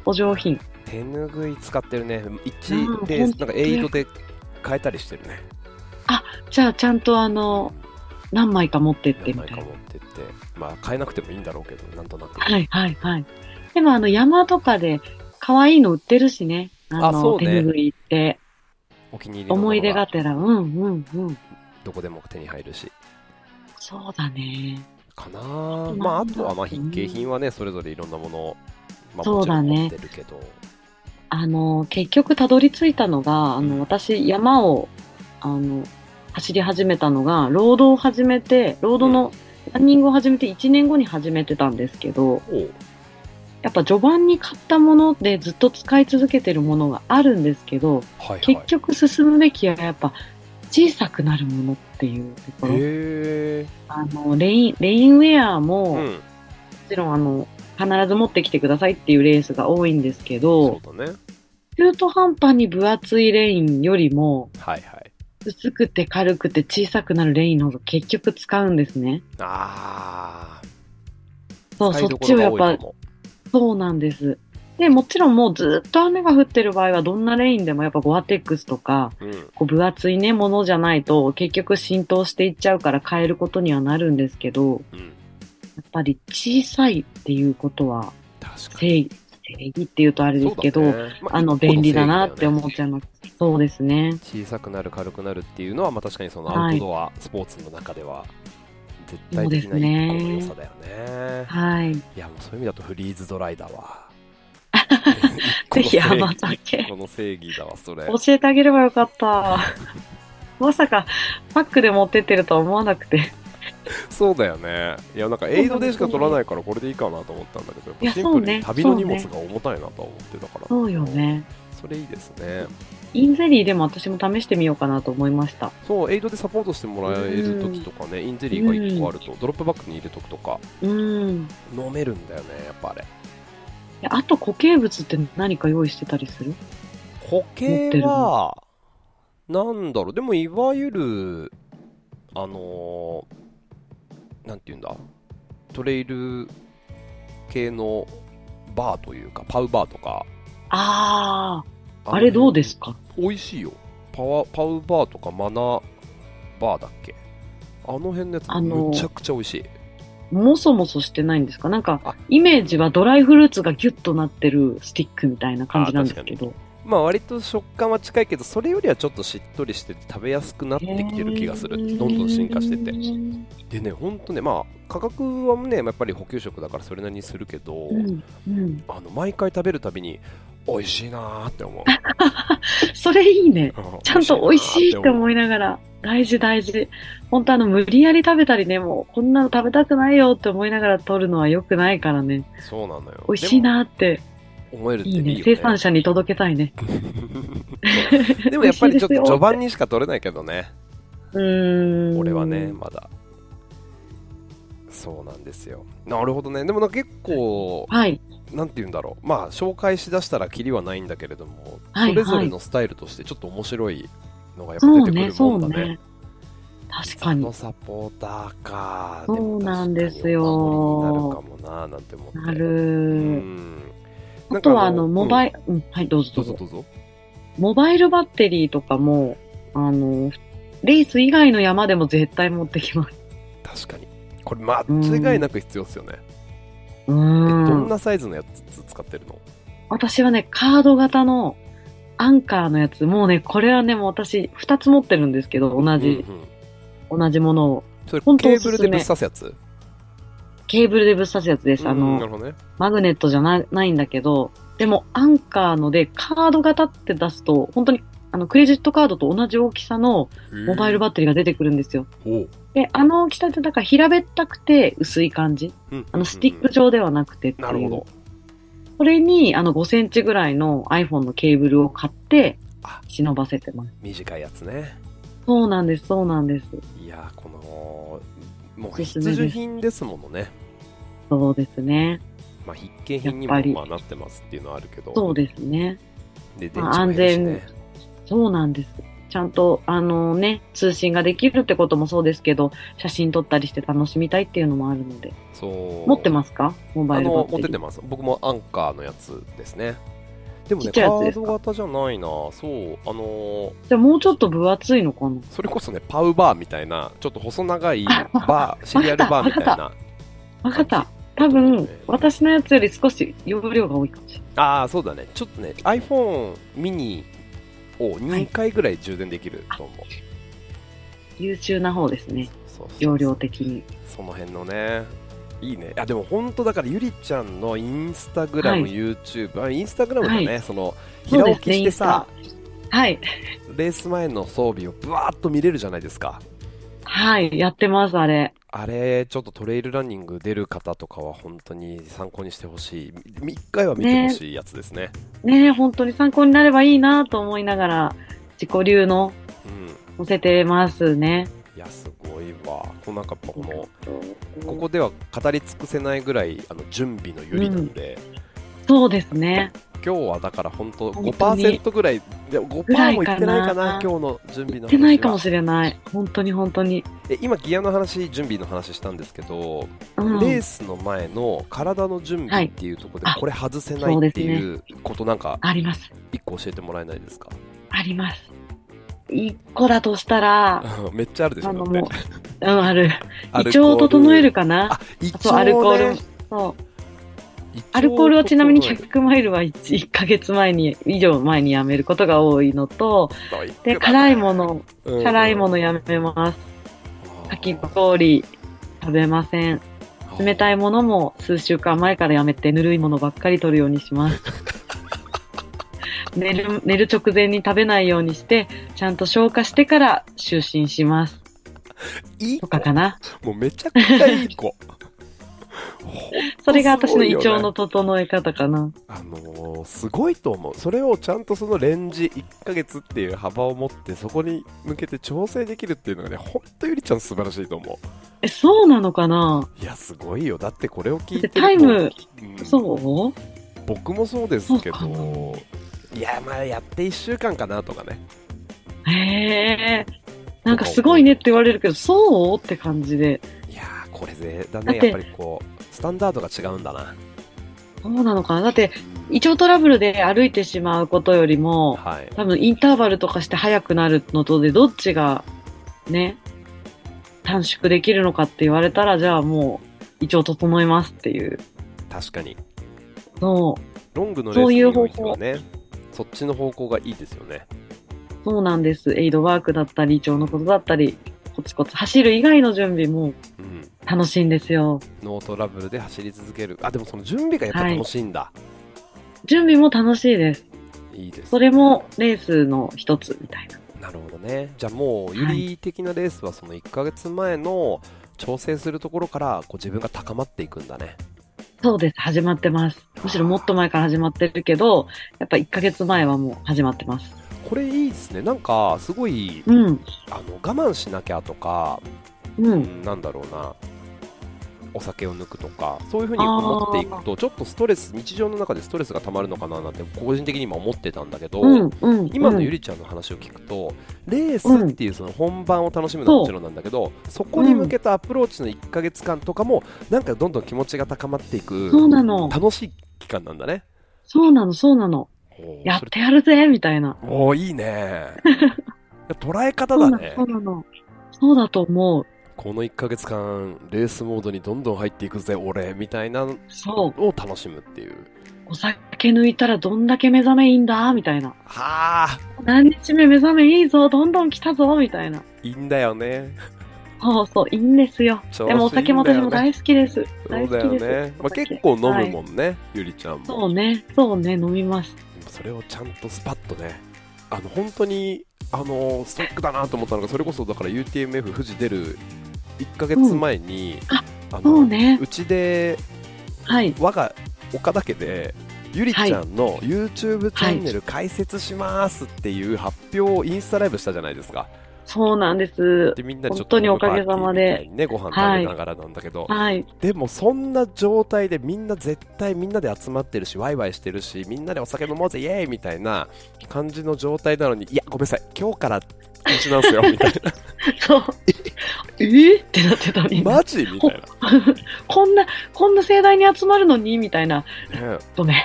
Speaker 2: お上品。
Speaker 1: 手ぬぐい使ってるね
Speaker 2: う
Speaker 1: 1
Speaker 2: ん
Speaker 1: で
Speaker 2: ほ
Speaker 1: なんん
Speaker 2: と
Speaker 1: かエイドで変えたりしてるね
Speaker 2: じゃあちゃんとあの、何枚か持ってっ
Speaker 1: 何
Speaker 2: てみ
Speaker 1: 枚
Speaker 2: た
Speaker 1: か
Speaker 2: い
Speaker 1: 持
Speaker 2: な。
Speaker 1: ってってまあ変えなくてもいいんだろうけどなんとなく
Speaker 2: はいはいはい。でもあの山とかで可愛いの売ってるしね。あ
Speaker 1: あそ
Speaker 2: の、
Speaker 1: うね
Speaker 2: 手拭いって、
Speaker 1: お気に入りのもの
Speaker 2: 思い出がてら、うんうんうん。
Speaker 1: どこでも手に入るし
Speaker 2: そうだね。
Speaker 1: かな
Speaker 2: となんだ
Speaker 1: まああとはまあ筆景品はねそれぞれいろんなものをまあ
Speaker 2: そ
Speaker 1: も
Speaker 2: う
Speaker 1: ちろ
Speaker 2: だ
Speaker 1: ん
Speaker 2: ね
Speaker 1: 持ってるけど
Speaker 2: あの、結局たどり着いたのが、あの、私、山を、あの、走り始めたのが、ロードを始めて、ロードのランニングを始めて1年後に始めてたんですけど、
Speaker 1: おう
Speaker 2: やっぱ序盤に買ったものでずっと使い続けてるものがあるんですけど、
Speaker 1: はいはい
Speaker 2: 結局進むべきはやっぱ小さくなるものっていうところ。
Speaker 1: へえ
Speaker 2: あの、レイン、レインウェアも、
Speaker 1: う
Speaker 2: も
Speaker 1: ん
Speaker 2: ちろんあの、必ず持ってきてくださいっていうレースが多いんですけど、
Speaker 1: そうだね
Speaker 2: 中途半端に分厚いレインよりも、
Speaker 1: はいはい
Speaker 2: 薄くて軽くて小さくなるレインの方が結局使うんですね。
Speaker 1: あー
Speaker 2: そう、
Speaker 1: 使い
Speaker 2: そっ
Speaker 1: どこ
Speaker 2: ち
Speaker 1: ろ
Speaker 2: を
Speaker 1: が
Speaker 2: やっ
Speaker 1: 多いか
Speaker 2: ぱ、
Speaker 1: も
Speaker 2: そうなんです。で、もちろんもうずっと雨が降ってる場合は、どんなレインでもやっぱゴアテックスとか、
Speaker 1: うん
Speaker 2: こう分厚いね、ものじゃないと、結局浸透していっちゃうから変えることにはなるんですけど、
Speaker 1: うん
Speaker 2: やっぱり小さいっていうことは
Speaker 1: 確かに。
Speaker 2: 正義、正義っていうとあれですけど、
Speaker 1: そうだねま
Speaker 2: あの、
Speaker 1: 一個
Speaker 2: 便利だなっ
Speaker 1: 正義だ
Speaker 2: て
Speaker 1: よね
Speaker 2: 思っちゃいます。そうですね。
Speaker 1: 小さくなる軽くなるっていうのは、まあ、確かにそのア
Speaker 2: は
Speaker 1: ウ
Speaker 2: い
Speaker 1: トドアスポーツの中では絶対的な一個の良さだよね
Speaker 2: はい。
Speaker 1: いやもうそういう意味だとフリーズドライだ わ
Speaker 2: ぜひ甘酒
Speaker 1: この正義だわそれ
Speaker 2: 教えてあげればよかった。 まさか、パックで持ってってるとは思わなくて。
Speaker 1: そうだよねいやなんかエイドでしか取らないからこれでいいかなと思ったんだけどやっ
Speaker 2: い
Speaker 1: ぱ
Speaker 2: や
Speaker 1: シンプ
Speaker 2: そう
Speaker 1: ルに
Speaker 2: ね
Speaker 1: 旅の荷
Speaker 2: そう
Speaker 1: 物
Speaker 2: ね
Speaker 1: が重たいなとは思ってたから
Speaker 2: そうよね。
Speaker 1: それいいですね
Speaker 2: インゼリーでも私も試してみようかなと思いました。
Speaker 1: そうエイドでサポートしてもらえる時とかねインゼリーが1個あるとドロップバッグに入れとくとか
Speaker 2: うん。
Speaker 1: 飲めるんだよねやっぱあれ
Speaker 2: えあと固形物って何か用意してたりする
Speaker 1: 固形は、なんだろう、でもいわゆる、あのーなんていうんだ、トレイル系のバーというか、パウバーとか、
Speaker 2: ああ、あれどうですか
Speaker 1: 美味しいよ。パワパウバーとかマナーバーだっけあの辺のやつ、
Speaker 2: あのー
Speaker 1: むちゃくちゃ美味しい。
Speaker 2: もそもそしてないんですかなん
Speaker 1: あ
Speaker 2: か、イメージはドライフルーツがギュッとなってるスティックみたいな感じなんですけど。
Speaker 1: まあ割と食感は近いけど、それよりはちょっとしっとりしてて食べやすくなってきてる気がする。
Speaker 2: へー
Speaker 1: どんどん進化してて。でね、ほんとね、まあ、価格はね、やっぱり補給食だからそれなりにするけど、
Speaker 2: うん、うん。
Speaker 1: あの毎回食べるたびに、美味しいなーって思う。
Speaker 2: それいいね。
Speaker 1: う
Speaker 2: ちゃんと美味しいって
Speaker 1: う。
Speaker 2: 思いながら、大事大事。本当あの、無理やり食べたりね、もう、こんなの食べたくないよって思いながら取るのは良くないからね。
Speaker 1: そうなのよ。
Speaker 2: 美味しいなっ
Speaker 1: で
Speaker 2: て、
Speaker 1: も思えるってい
Speaker 2: い
Speaker 1: い
Speaker 2: い
Speaker 1: よね。
Speaker 2: ね。生産者に届けたいね。
Speaker 1: そう でもやっぱりちょっと序盤にしか取れないけどね、
Speaker 2: うーん。
Speaker 1: 俺はね、まだ。そうなんですよ。なるほどね。でもなんか結構、
Speaker 2: はい。
Speaker 1: なんて言うんだろう。まあ、紹介しだしたらキリはないんだけれども、
Speaker 2: はい
Speaker 1: それぞれのスタイルとしてちょっと面白いのがやっぱ出てくるもんだね。
Speaker 2: 確か
Speaker 1: の
Speaker 2: に。
Speaker 1: サポーターか。
Speaker 2: そうなんですよ
Speaker 1: も確かにお守りになるかもななんて思って。
Speaker 2: な
Speaker 1: う
Speaker 2: る。
Speaker 1: ん。
Speaker 2: あとは、あの、
Speaker 1: うん
Speaker 2: モバイル、うん、はい、どうぞ
Speaker 1: ど
Speaker 2: ど
Speaker 1: う
Speaker 2: う
Speaker 1: ぞ
Speaker 2: ぞ。
Speaker 1: どうぞ。
Speaker 2: モバイルバッテリーとかも、あの、レース以外の山でも絶対持ってきま
Speaker 1: 確
Speaker 2: す。
Speaker 1: かに。これ間違いなく必要ですよね。
Speaker 2: う
Speaker 1: えど
Speaker 2: ー
Speaker 1: ん
Speaker 2: ん。
Speaker 1: なサイズのやつ使ってるの
Speaker 2: 私はね、カード型のアンカーのやつ、もうね、これはね、もう私、二つ持ってるんですけど、同じ、
Speaker 1: うんうん
Speaker 2: 同じものを。
Speaker 1: それケ
Speaker 2: ほんとお
Speaker 1: ー
Speaker 2: すす
Speaker 1: ブ
Speaker 2: め
Speaker 1: ルでぶっ刺すやつ
Speaker 2: ケーブルでぶっ刺すやつです。あ
Speaker 1: うんな
Speaker 2: の
Speaker 1: る、ほどね。
Speaker 2: マグネットじゃなないんだけど、でもアンカーのでカード型って出すと、本当にあのクレジットカードと同じ大きさのモバイルバッテリーが出てくるんですよ。
Speaker 1: おう
Speaker 2: で、あの大きさってだから平べったくて薄い感じ。
Speaker 1: うん
Speaker 2: あのスティック状ではなくてっていう
Speaker 1: なるほど。
Speaker 2: それにあの5センチぐらいの iPhone のケーブルを買って
Speaker 1: あ
Speaker 2: 忍ばせてます。
Speaker 1: 短いやつね。
Speaker 2: そうなんです、そうなんです。
Speaker 1: いやー、この、もう
Speaker 2: おす
Speaker 1: 必
Speaker 2: すめです
Speaker 1: 需品ですものね。
Speaker 2: そうですね。
Speaker 1: まあ、必見品にも
Speaker 2: やっぱり
Speaker 1: まあなってますっていうのはあるけど。
Speaker 2: そうですね。
Speaker 1: で、電池
Speaker 2: ま
Speaker 1: も
Speaker 2: あ
Speaker 1: 減るしね
Speaker 2: 安。そうなんです。ちゃんと、あのね、通信ができるってこともそうですけど、写真撮ったりして楽しみたいっていうのもあるので。
Speaker 1: そう。
Speaker 2: 持ってますかモバ
Speaker 1: あ
Speaker 2: イルバ
Speaker 1: の
Speaker 2: ッ
Speaker 1: 持っ
Speaker 2: テリ
Speaker 1: てって
Speaker 2: ー。
Speaker 1: ます僕もアンカーのやつですねでもね
Speaker 2: ちっちゃい
Speaker 1: カ
Speaker 2: やつ
Speaker 1: ー
Speaker 2: です
Speaker 1: ド
Speaker 2: か
Speaker 1: 型じゃないなそうあのー
Speaker 2: じゃあもうちょっと分厚いのかな
Speaker 1: それこそねパウバーみたいなちょっと細長 いバーシリアルバーみたいな
Speaker 2: わかった。
Speaker 1: 感
Speaker 2: 多
Speaker 1: じ
Speaker 2: 分、私のやつより少し容量が多いかもしれない。
Speaker 1: ああそうだねちょっとね iPhone ミニを2回ぐらい充電できると思う、
Speaker 2: 優秀な方ですね。
Speaker 1: そうそうそう
Speaker 2: 容量的に。
Speaker 1: その辺のねいいねあでも本当だからゆりちゃんのインスタグラム、
Speaker 2: はい
Speaker 1: YouTube あインスタグラムだね、
Speaker 2: は
Speaker 1: その
Speaker 2: そう
Speaker 1: 平
Speaker 2: で
Speaker 1: 置
Speaker 2: す
Speaker 1: き
Speaker 2: ね、
Speaker 1: し
Speaker 2: イン
Speaker 1: て
Speaker 2: ス
Speaker 1: さ、
Speaker 2: タ。はい。
Speaker 1: レース前の装備をぶわーっと見れるじゃないですか。
Speaker 2: はい。やってます、あれ。
Speaker 1: あれ、ちょっとトレイルランニング出る方とかは本当に参考にしてほしい。み一回は見てほしいやつですね。
Speaker 2: ねえ本当に参考になればいいなと思いながら、自己流の
Speaker 1: うん。
Speaker 2: 載せてますね。
Speaker 1: いや、すごいわ。このなんかやっぱこの、こ
Speaker 2: こ
Speaker 1: こでは語り尽くせないぐらい、あの、準備のゆりなんで、
Speaker 2: そうですね。
Speaker 1: 今日はだから本当
Speaker 2: 本当に
Speaker 1: 5%ぐらい、いや
Speaker 2: ぐら
Speaker 1: 5%
Speaker 2: い
Speaker 1: も
Speaker 2: か
Speaker 1: い
Speaker 2: な
Speaker 1: ってないかな、今日の準備
Speaker 2: 言
Speaker 1: の話は。
Speaker 2: ってないかもしれない。本当に本当に。
Speaker 1: え今、ギアの話、準備の話したんですけど、
Speaker 2: うん。
Speaker 1: レースの前の体の準備っていうところで、
Speaker 2: はい
Speaker 1: これ外せ
Speaker 2: あ
Speaker 1: な
Speaker 2: そう
Speaker 1: い
Speaker 2: で
Speaker 1: っ
Speaker 2: す
Speaker 1: て
Speaker 2: ね
Speaker 1: いうことなんか
Speaker 2: あります。
Speaker 1: 一個教えてもらえないですか
Speaker 2: あります。一個だとしたら、
Speaker 1: めっちゃあるでしょ
Speaker 2: あの
Speaker 1: だって
Speaker 2: もう、うん、ある。
Speaker 1: ア
Speaker 2: 胃
Speaker 1: ルコール
Speaker 2: 腸を整えるかな
Speaker 1: あ胃
Speaker 2: あとアルコール、
Speaker 1: ね
Speaker 2: そう。
Speaker 1: 胃腸
Speaker 2: アルコールはちなみに
Speaker 1: 整える
Speaker 2: 100マイルは 1, ヶ月前に、以上前にやめることが多いのと、で、辛いも、の、
Speaker 1: うん
Speaker 2: 辛いものやめます。かき氷食べません。冷たいものも数週間前からやめて、ぬるいものばっかり取るように します。寝る、寝る直前に食べないようにして、ちゃんと消化してから就寝します。
Speaker 1: いい
Speaker 2: と
Speaker 1: 子
Speaker 2: かかな。
Speaker 1: もうめちゃくちゃいい 子
Speaker 2: それが私の胃腸
Speaker 1: の
Speaker 2: の整え方かな。
Speaker 1: あのーすごいと思う、それをちゃんとそのレンジ1ヶ月っていう幅を持って、そこに向けて調整できるっていうのがね、ほんとゆりちゃん、素晴らしいと思
Speaker 2: え、そうなのかな
Speaker 1: う。いや、すごいよ、だってこれを聞いて
Speaker 2: だってタイム
Speaker 1: うん
Speaker 2: そう
Speaker 1: 僕もそうですけ
Speaker 2: そうか
Speaker 1: ど、いや、まあ、やって1週間かなとかね、
Speaker 2: へえ。なんかすごいねって言われるけど、そうって感じで。
Speaker 1: いやー、これでだ
Speaker 2: だ
Speaker 1: ね、
Speaker 2: って
Speaker 1: やっぱりこう、スタンダードが違うんだな。
Speaker 2: そうなのかなだって、胃腸トラブルで歩いてしまうことよりも、
Speaker 1: はい、
Speaker 2: 多分インターバルとかして速くなるのとで、どっちが、ね、短縮できるのかって言われたら、じゃあもう、胃腸整えますっていう。
Speaker 1: 確かに、
Speaker 2: そう、
Speaker 1: ロングのレ
Speaker 2: そ
Speaker 1: ース
Speaker 2: う
Speaker 1: に
Speaker 2: いう
Speaker 1: お
Speaker 2: 方
Speaker 1: いてはね、そっちの方向がいいですよね。
Speaker 2: そうなんです。エイドワークだったり、胃腸のことだったり、コツコツ走る以外の準備も
Speaker 1: うん
Speaker 2: 楽しいんですよ。
Speaker 1: ノートラブルで走り続ける。あ、でもその準備がやっぱ楽しいんだ。
Speaker 2: 準備も楽しいです。
Speaker 1: い、いです、ね。
Speaker 2: それもレースの一つみたいな。
Speaker 1: なるほどね。じゃあもう、ゆり的なレースはその1ヶ月前の調整するところから、こう自分が高まっていくんだね。
Speaker 2: そうです。始まってます。むしろもっと前から始まってるけど、やっぱ1ヶ月前はもう始まってます。
Speaker 1: これいいですね。なんか、すごい、
Speaker 2: うん。
Speaker 1: あの、我慢しなきゃとか、
Speaker 2: う。
Speaker 1: うんん、なんだろうな。お酒を抜くとかそういうふうに思っていくとちょっとストレス日常の中でストレスがたまるのかななんて個人的に今思ってたんだけど、
Speaker 2: うん。うん。
Speaker 1: 今のゆ
Speaker 2: り、
Speaker 1: りちゃんの話を聞くと、レースっていうその本番を楽しむのはもちろんなんだけど、そこに向けたアプローチの1ヶ月間とかも、なんかどんどん気持ちが高まっていく
Speaker 2: そうなの
Speaker 1: 楽しい期間なんだね。
Speaker 2: そうなの、そうなの。
Speaker 1: おー
Speaker 2: やっ
Speaker 1: それ
Speaker 2: てやるぜみたいな。
Speaker 1: おーいいね 捉え方
Speaker 2: そ
Speaker 1: だ
Speaker 2: うなの
Speaker 1: ね、
Speaker 2: そうなの。そうだと思う。
Speaker 1: この1ヶ月間レースモードにどんどん入っていくぜ俺みたいなの
Speaker 2: そう。
Speaker 1: を楽しむっていう
Speaker 2: お酒抜いたらどんだけ目覚めいいんだみたいな。
Speaker 1: はあ
Speaker 2: 何日目目覚めいいぞ、どんどん来たぞみたいな。
Speaker 1: いいんだよね
Speaker 2: そうそう、いいんですよ。
Speaker 1: 調子いいんだよ
Speaker 2: で
Speaker 1: ね
Speaker 2: もお酒も私も大好きです。
Speaker 1: そ
Speaker 2: 大
Speaker 1: うだ
Speaker 2: 好
Speaker 1: よ
Speaker 2: きです
Speaker 1: ね、。まあ、結構飲む
Speaker 2: ん。
Speaker 1: もんね、ゆりちゃんも
Speaker 2: そうね、そうね、飲みます。
Speaker 1: でもそれをちゃんとスパッとね、あの本当にあのストックだなと思ったのが、それこそだから UTMF 富士出る1ヶ月前に、
Speaker 2: あ
Speaker 1: あ
Speaker 2: そうね
Speaker 1: うちで
Speaker 2: はい。
Speaker 1: 我が岡田家で、ゆりちゃんの YouTube チャンネル開設しますっていう発表をインスタライブしたじゃないですか。
Speaker 2: そうなんです。
Speaker 1: でみんなでちょっ
Speaker 2: 本
Speaker 1: と
Speaker 2: 当におかげさま
Speaker 1: パ
Speaker 2: で
Speaker 1: ーティーみたいにねご飯食べながらなんだけど、
Speaker 2: はい。
Speaker 1: でもそんな状態でみんな絶対みんなで集まってるしワイワイしてるしみんなでお酒飲もうぜイエーイみたいな感じの状態なのにいやごめんなさい今日から禁止なん ですよみたいな
Speaker 2: そう。えーってなってたみんな。
Speaker 1: マジみたい
Speaker 2: こんな、こんな盛大に集まるのにみたいな。
Speaker 1: な、ね、
Speaker 2: ごめん。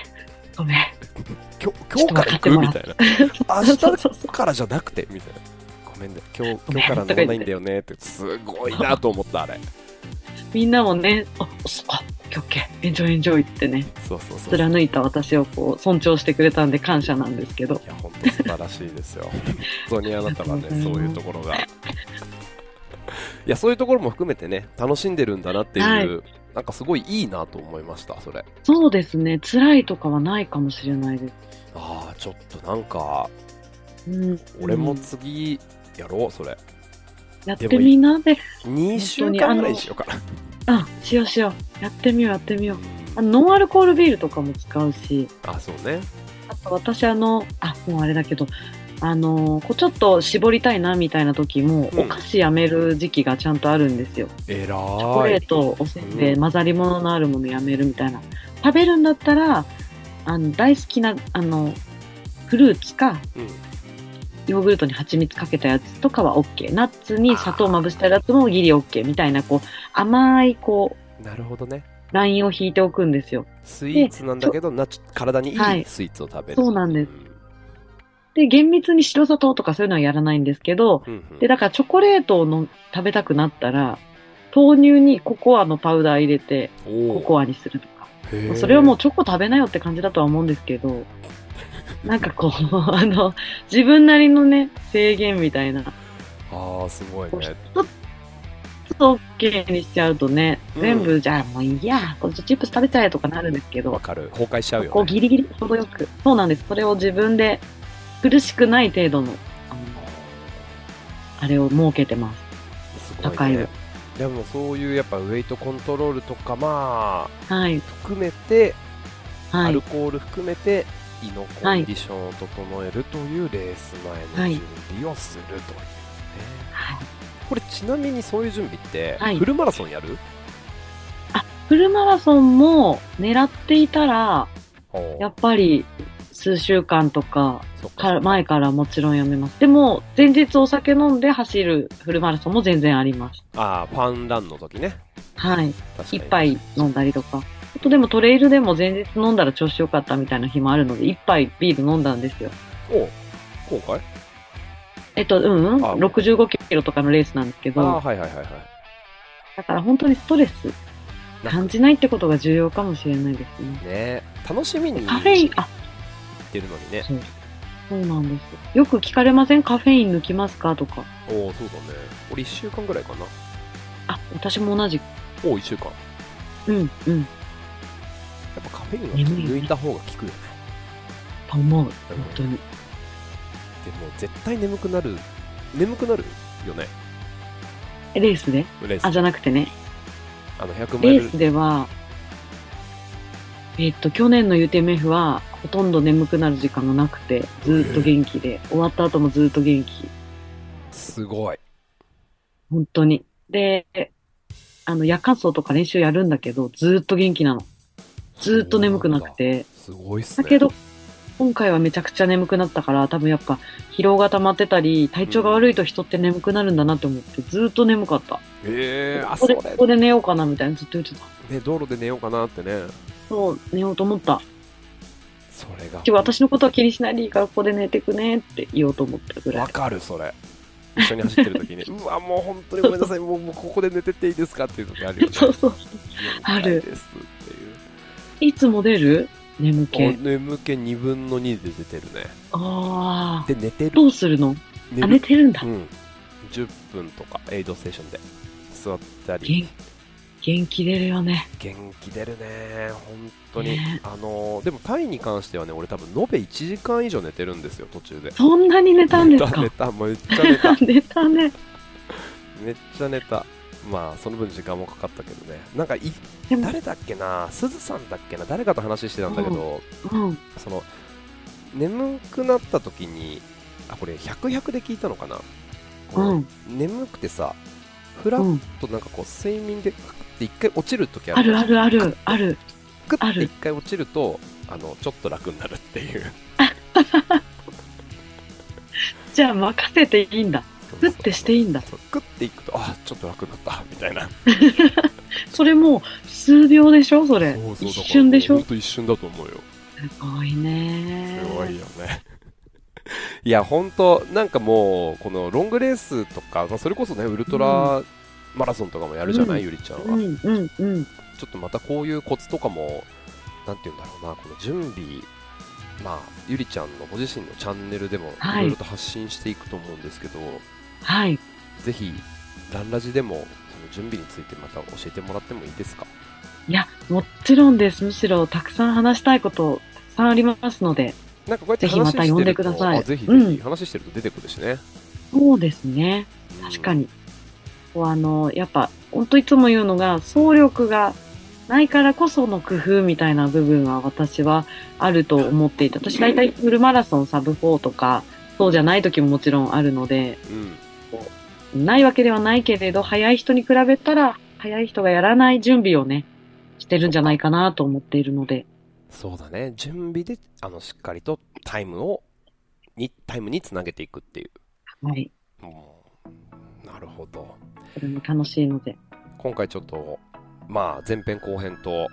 Speaker 2: ごめん。
Speaker 1: 今日今日から行く
Speaker 2: ちょっと分
Speaker 1: み
Speaker 2: か
Speaker 1: たいな明
Speaker 2: そうそう
Speaker 1: 日からじゃなくてみたいなごめんね今日今
Speaker 2: ごめん
Speaker 1: 日から飲まないんだよねってすごいなと思ったあれ
Speaker 2: みんなもね、あ、そあ、オッケーオッケー。エンジョイエンジョイってね、
Speaker 1: そうそうそうい
Speaker 2: 貫いた私をこう、尊重してくれたんで感謝なんですけど。
Speaker 1: や本当素晴らしいです よ本当にあなたはねそういうところが いやそういうところも含めてね楽しんでるんだなっていう、なんかすごいいいなと思いましたそれ
Speaker 2: そうですね。辛いとかはないかもしれないで
Speaker 1: ああちょっとなんか
Speaker 2: す。うん。
Speaker 1: 俺
Speaker 2: う
Speaker 1: も
Speaker 2: ん
Speaker 1: 次やろうそれ
Speaker 2: やっ
Speaker 1: で
Speaker 2: て
Speaker 1: もいい
Speaker 2: みなで、
Speaker 1: 2週間ぐらいにしようかな
Speaker 2: あ、しようしよう。やってみよう、やってみよう。あ
Speaker 1: うん
Speaker 2: のノンアルコールビールとかも使うし。
Speaker 1: あそうね
Speaker 2: あと私あの、あ、もうあれだけど、あの、こうちょっと絞りたいなみたいな時も、
Speaker 1: うん
Speaker 2: お菓子やめる時期がちゃんとあるんですよ。
Speaker 1: えら
Speaker 2: チョコレ
Speaker 1: ー
Speaker 2: ー
Speaker 1: い
Speaker 2: ト、おせんべ
Speaker 1: う
Speaker 2: い、
Speaker 1: ん
Speaker 2: 混ざり物のあるものやめるみたいな。食べるんだったら、あの、大好きな、あの、フルーツか、
Speaker 1: うん
Speaker 2: ヨーグルトに蜂蜜かけたやつとかは OK。ナッツに砂糖まぶしたやつもギリ OK みたいな、こう、甘い、こう、
Speaker 1: なるほどね
Speaker 2: ラインを引いておくんですよ。
Speaker 1: スイーツなんだけどな体にい
Speaker 2: はいい
Speaker 1: スイーツを食べる、
Speaker 2: そうなんです
Speaker 1: ん
Speaker 2: で、厳密に白砂糖とかそういうのはやらないんですけど、
Speaker 1: うんう
Speaker 2: で、
Speaker 1: ん
Speaker 2: だからチョコレートをの食べたくなったら、豆乳にココアのパウダー入れて、
Speaker 1: お
Speaker 2: コ
Speaker 1: ー
Speaker 2: コアにするとか。
Speaker 1: へー
Speaker 2: それはもうチョコ食べなよって感じだとは思うんです けど、なんかこう、 あの、自分なりのね、制限みたいな、ち
Speaker 1: ああすごいね
Speaker 2: ょっと OK にしちゃうとね、
Speaker 1: うん
Speaker 2: 全部、じゃあもういいや、ポテトチップス食べちゃえとかなるんですけど
Speaker 1: わ、かる崩壊しちゃう
Speaker 2: こ
Speaker 1: よ
Speaker 2: う
Speaker 1: ね
Speaker 2: ギリギリ程よく、そうなんです。それを自分で苦しくない程度の、あのあれを設けてます。
Speaker 1: すご
Speaker 2: 高
Speaker 1: い
Speaker 2: い
Speaker 1: ね
Speaker 2: よ
Speaker 1: でもそういうやっぱウェイトコントロールとかまあ
Speaker 2: はい、
Speaker 1: 含めて
Speaker 2: は
Speaker 1: アル
Speaker 2: い、
Speaker 1: コール含めて胃のコンディションを整えるというレース前の準備をするというね、
Speaker 2: はい。
Speaker 1: これちなみにそういう準備って
Speaker 2: はい
Speaker 1: フルマラソンやる、
Speaker 2: フルマラソンも狙っていたら、やっぱり数週間とか、
Speaker 1: そっか
Speaker 2: か前からもちろんやめます。でも、前日お酒飲んで走るフルマラソンも全然あります。
Speaker 1: ああファンランの時ね
Speaker 2: はい。
Speaker 1: 確か
Speaker 2: 一
Speaker 1: に
Speaker 2: 杯飲んだりとか。あとでもトレイルでも前日飲んだら調子良かったみたいな日もあるので、一杯ビール飲んだんですよ。
Speaker 1: お今回
Speaker 2: えっと、うんうん。
Speaker 1: あ
Speaker 2: 65キロとかのレースなんですけ
Speaker 1: ああは
Speaker 2: ど、
Speaker 1: いはいはいはい
Speaker 2: だから本当にストレス感じないってことが重要かもしれないですね。
Speaker 1: ね楽しみに
Speaker 2: カフェイン、あ、
Speaker 1: 行ってるのにね
Speaker 2: そう。そうなんです。よく聞かれませんカフェイン抜きますかとか。
Speaker 1: おおそうだね俺1週間ぐらいかな
Speaker 2: あ、私も同じく。
Speaker 1: おお1週間や
Speaker 2: うん、うん。
Speaker 1: っぱカフェインは
Speaker 2: 眠いよ
Speaker 1: 抜いた方が効くよね
Speaker 2: と思う。本当に。
Speaker 1: でも絶対眠くなる眠くなるよね
Speaker 2: レースで
Speaker 1: レース
Speaker 2: あ、じゃなくてね。
Speaker 1: あの100マイ
Speaker 2: レ
Speaker 1: ル
Speaker 2: ースでは、えっと、去年の UTMF は、ほとんど眠くなる時間がなくて、ずーっと元気で、終わった後もずーっと元気。
Speaker 1: すごい
Speaker 2: 本当に。で、あの、夜間走とか練習やるんだけど、ずーっと元気なの。ずーっと眠くなくて。
Speaker 1: すごいっす
Speaker 2: だ
Speaker 1: ね
Speaker 2: けど、今回はめちゃくちゃ眠くなったから、多分やっぱ疲労が溜まってたり、体調が悪いと人って眠くなるんだなって思って、ずーっと眠かった。
Speaker 1: えー、あそ
Speaker 2: これ
Speaker 1: れ、
Speaker 2: ここで寝ようかなみたいな、ずっと言ってた。
Speaker 1: ね、道路で寝ようかなってね
Speaker 2: そう、寝ようと思った。
Speaker 1: それが
Speaker 2: 今日私のことは気にしないでいいからここで寝てくねって言おうと思ったぐらい
Speaker 1: わ。かるそれ一緒に走ってる 時にうわもう本当にごめんなさいもうもうここで寝てっていいですかっていう時あるよね
Speaker 2: そうそう。
Speaker 1: いや
Speaker 2: ある
Speaker 1: 寝たいですっ
Speaker 2: いつも出る眠
Speaker 1: ていう
Speaker 2: 気。
Speaker 1: お眠気2分の2で出てるね
Speaker 2: ああ。
Speaker 1: で寝てる
Speaker 2: どうするの
Speaker 1: 寝
Speaker 2: あ、寝
Speaker 1: る
Speaker 2: てるんだ
Speaker 1: う。ん10分とかエイドステーションで座ったり
Speaker 2: 元元気出るよね。
Speaker 1: 元気出るね本当に、
Speaker 2: ね
Speaker 1: あのーでもタイに関してはね俺多分延べ1時間以上寝てるんですよ途中で
Speaker 2: そんなに寝たんです
Speaker 1: 寝た
Speaker 2: か
Speaker 1: 寝ためっちゃ寝た
Speaker 2: 寝たね。
Speaker 1: めっちゃ寝たまあその分時間もかかったけどねなんかい
Speaker 2: でも、
Speaker 1: 誰だっけなすずさんだっけな誰かと話してたんだけど、
Speaker 2: うん。
Speaker 1: その眠くなった時にあこれ100100で聞いたのかな、こ
Speaker 2: う
Speaker 1: の
Speaker 2: ん。
Speaker 1: 眠くてさふらっ
Speaker 2: うん。
Speaker 1: となんかこう睡眠でクッて一回落ちる時あ
Speaker 2: あ
Speaker 1: る
Speaker 2: るあるある、ある。
Speaker 1: クッ
Speaker 2: あ
Speaker 1: て
Speaker 2: る
Speaker 1: 一回落ちるとあのちょっと楽になるっていう
Speaker 2: じゃあ任せていいんだ。ふってしていいんだ。
Speaker 1: そうクッていくとあちょっと楽になったみたいな
Speaker 2: それもう数秒でしょそれ
Speaker 1: そう。そう
Speaker 2: 一瞬でし
Speaker 1: だからもうほ
Speaker 2: ょ
Speaker 1: んと一瞬だと思うよ
Speaker 2: すごいね。
Speaker 1: すごいよね。 いや、本当なんかもう、このロングレースとか、まあそれこそね、ウルトラマラソンとかもやるじゃない、
Speaker 2: うん
Speaker 1: ゆりちゃんは、
Speaker 2: う
Speaker 1: ちょ
Speaker 2: んうんうん。
Speaker 1: っとまたこういうコツとかも、なんて言うんだろうな、この準備、まあ、ゆりちゃんのご自身のチャンネルでも、い
Speaker 2: はい
Speaker 1: ろいろと発信していくと思うんですけど、
Speaker 2: はい。
Speaker 1: ぜひ、ランラジでも、その準備についてまた教えてもらってもいいですか。
Speaker 2: いや、もちろんです。むしろたくさん話したいこと、たくさんありますので。
Speaker 1: なんかこうやって
Speaker 2: ぜひま
Speaker 1: 話
Speaker 2: た
Speaker 1: してると、
Speaker 2: 呼んでください
Speaker 1: あぜひぜひ、
Speaker 2: うん
Speaker 1: 話してると出てくるしね。
Speaker 2: そうですね。確かに。こうあの、やっぱ、ほんといつも言うのが、総力がないからこその工夫みたいな部分は私はあると思っていて、私大体フルマラソンサブ4とか、そうじゃない時ももちろんあるので、
Speaker 1: うん。うん
Speaker 2: ないわけではないけれど、早い人に比べたら、早い人がやらない準備をね、してるんじゃないかなと思っているので、
Speaker 1: そうだね。準備で、あの、しっかりとタイムを、に、タイムにつなげていくっていう。
Speaker 2: はい。
Speaker 1: うんなるほど。
Speaker 2: それも楽しいので。
Speaker 1: 今回ちょっと、まあ、前編後編と、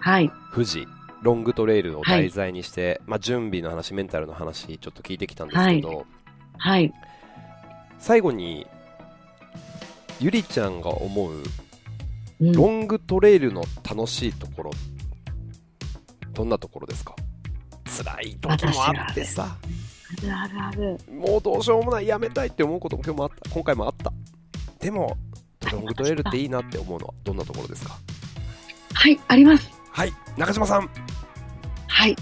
Speaker 2: はい。
Speaker 1: 富士、ロングトレイルを題材にして、まあ、準備の話メンタルの話ちょっと聞いてきたんですけど、
Speaker 2: はい。
Speaker 1: 最後にゆりちゃんが思う
Speaker 2: うん
Speaker 1: ロングトレイルの楽しいところ、どんなところですか辛い時もあってさ、
Speaker 2: あるあるある。
Speaker 1: もうどうしようもない、やめたいって思うことも今日もあった、今回もあった。でも、ロングトレイルっていいなって思うのはどんなところですか
Speaker 2: はい、あります。
Speaker 1: はい、中島さん。
Speaker 2: はい。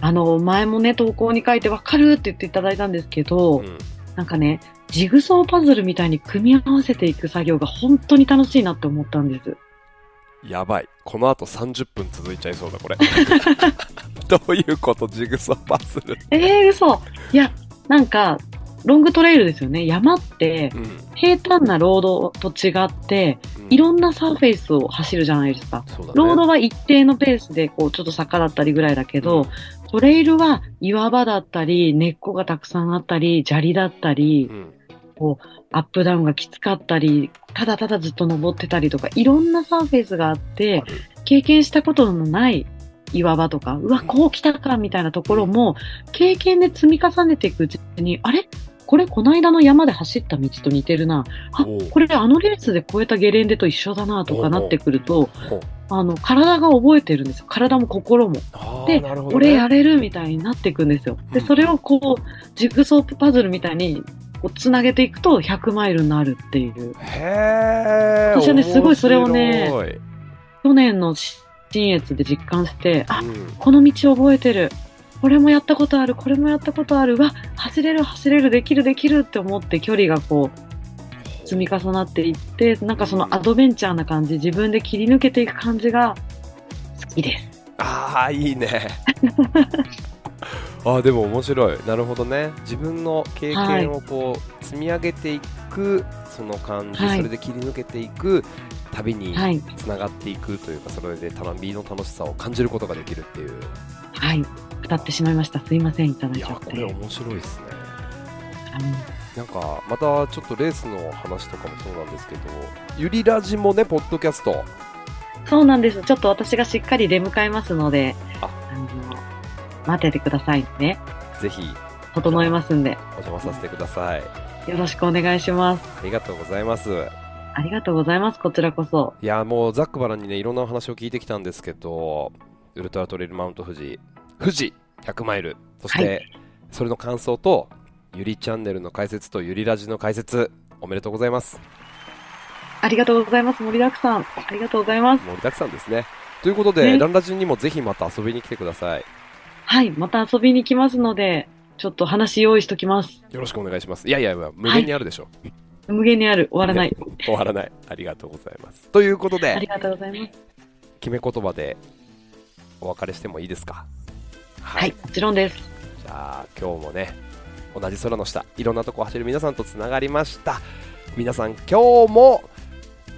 Speaker 2: あの、前もね、投稿に書いてわかるって言っていただいたんですけど、
Speaker 1: うん、
Speaker 2: なんかね、ジグソーパズルみたいに組み合わせていく作業が本当に楽しいなって思ったんです。
Speaker 1: やばい。この後30分続いちゃいそうだ、こ れ。どういうことジグソーパズル。
Speaker 2: えー、嘘。いや、なんか、ロングトレイルですよね。山って、
Speaker 1: うん。
Speaker 2: 平坦なロードと違って、
Speaker 1: うん
Speaker 2: いろんなサーフェイスを走るじゃないですか。
Speaker 1: そうだね。
Speaker 2: ロードは一定のペースで、こう、ちょっと坂だったりぐらいだけど、トレイルは岩場だったり、根っこがたくさんあったり、砂利だったり
Speaker 1: う、ん。
Speaker 2: アップダウンがきつかったり、ただただずっと登ってたりとか、いろんなサーフェイスがあっ
Speaker 1: ある
Speaker 2: て、経験したことのない岩場とか、うわ、こう来たかみたいなところも、経験で積み重ねていくうちに、あれこれこの間の山で走った道と似てるな。あ、
Speaker 1: おう
Speaker 2: これあのレースで越えたゲレンデと一緒だなとかなってくると、
Speaker 1: ほう
Speaker 2: あの、体が覚えてるんですよ。体も心も。
Speaker 1: あー
Speaker 2: で、
Speaker 1: なるほどね
Speaker 2: 俺やれるみたいになっていくんですよ。で、
Speaker 1: うん
Speaker 2: それをこう、ジグソーパズルみたいに、こう、つなげていくと100マイルになるっていう。
Speaker 1: へー
Speaker 2: 私はねすごいそれをね
Speaker 1: 面白い
Speaker 2: 去年のし新越で実感して、あ、
Speaker 1: うん
Speaker 2: この道覚えてる。これもやったことある、これもやったことある。うわ、走れる、走れる、できる、できるって思って距離がこう、積み重なっていって、なんかそのアドベンチャーな感じ、自分で切り抜けていく感じが好きです。
Speaker 1: ああいいね あーでも面白いなるほどね自分の経験をこう積み上げていくその感じ、
Speaker 2: はい
Speaker 1: それで切り抜けていく旅に
Speaker 2: はい。
Speaker 1: つながっていくというか、それで旅の楽しさを感じることができるっていう
Speaker 2: はい。語ってしまいました。すいません、いただ
Speaker 1: い
Speaker 2: い
Speaker 1: や
Speaker 2: ちゃっ
Speaker 1: ー
Speaker 2: て。
Speaker 1: これ面白いですね
Speaker 2: うん
Speaker 1: なんかまたちょっとレースの話とかもそうなんですけどゆりラジもねポッドキャスト
Speaker 2: そうなんです。ちょっと私がしっかり出迎えますので、
Speaker 1: あ
Speaker 2: あの、待っててくださいね。
Speaker 1: ぜひ
Speaker 2: 整えますんで、
Speaker 1: お邪魔させてください
Speaker 2: よろしくお願いします。
Speaker 1: ありがとうございます
Speaker 2: ありがとうございます。こちらこそ。
Speaker 1: いやもうザックバランにねいろんなお話を聞いてきたんですけどウルトラトレイルマウント富士富士100マイルそして、
Speaker 2: は
Speaker 1: それの感想とゆりチャンネルの解説とゆりラジの解説おめでとうございます
Speaker 2: ありがとうございます。盛りだくさん。ありがとうございます。
Speaker 1: 盛りだくさんですねということで、
Speaker 2: ね
Speaker 1: ランラジにもぜひまた遊びに来てください
Speaker 2: はい。また遊びに来ますので、ちょっと話用意しときます。
Speaker 1: よろしくお願いしますいやいやいや無限にあるでしょ、
Speaker 2: 無限にある。終わらない。
Speaker 1: 終わらないありがとうございますということ
Speaker 2: あり
Speaker 1: で
Speaker 2: がとうございます。
Speaker 1: 決め言葉でお別れしてもいいですか
Speaker 2: はい。もちろんです。
Speaker 1: じゃあ今日もね同じ空の下いろんなとこ走る皆さんとつながりました皆さん今日も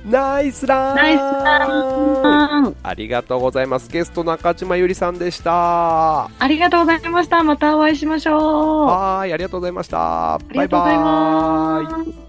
Speaker 1: ナイスラン
Speaker 2: ナイスラン
Speaker 1: ありがとうございますゲスト中島ゆりさんでしたは
Speaker 2: ありがとうございました。またお会いしましょう。あ
Speaker 1: ーいありがとうございました
Speaker 2: りがとうござい
Speaker 1: バイバーイ
Speaker 2: ます。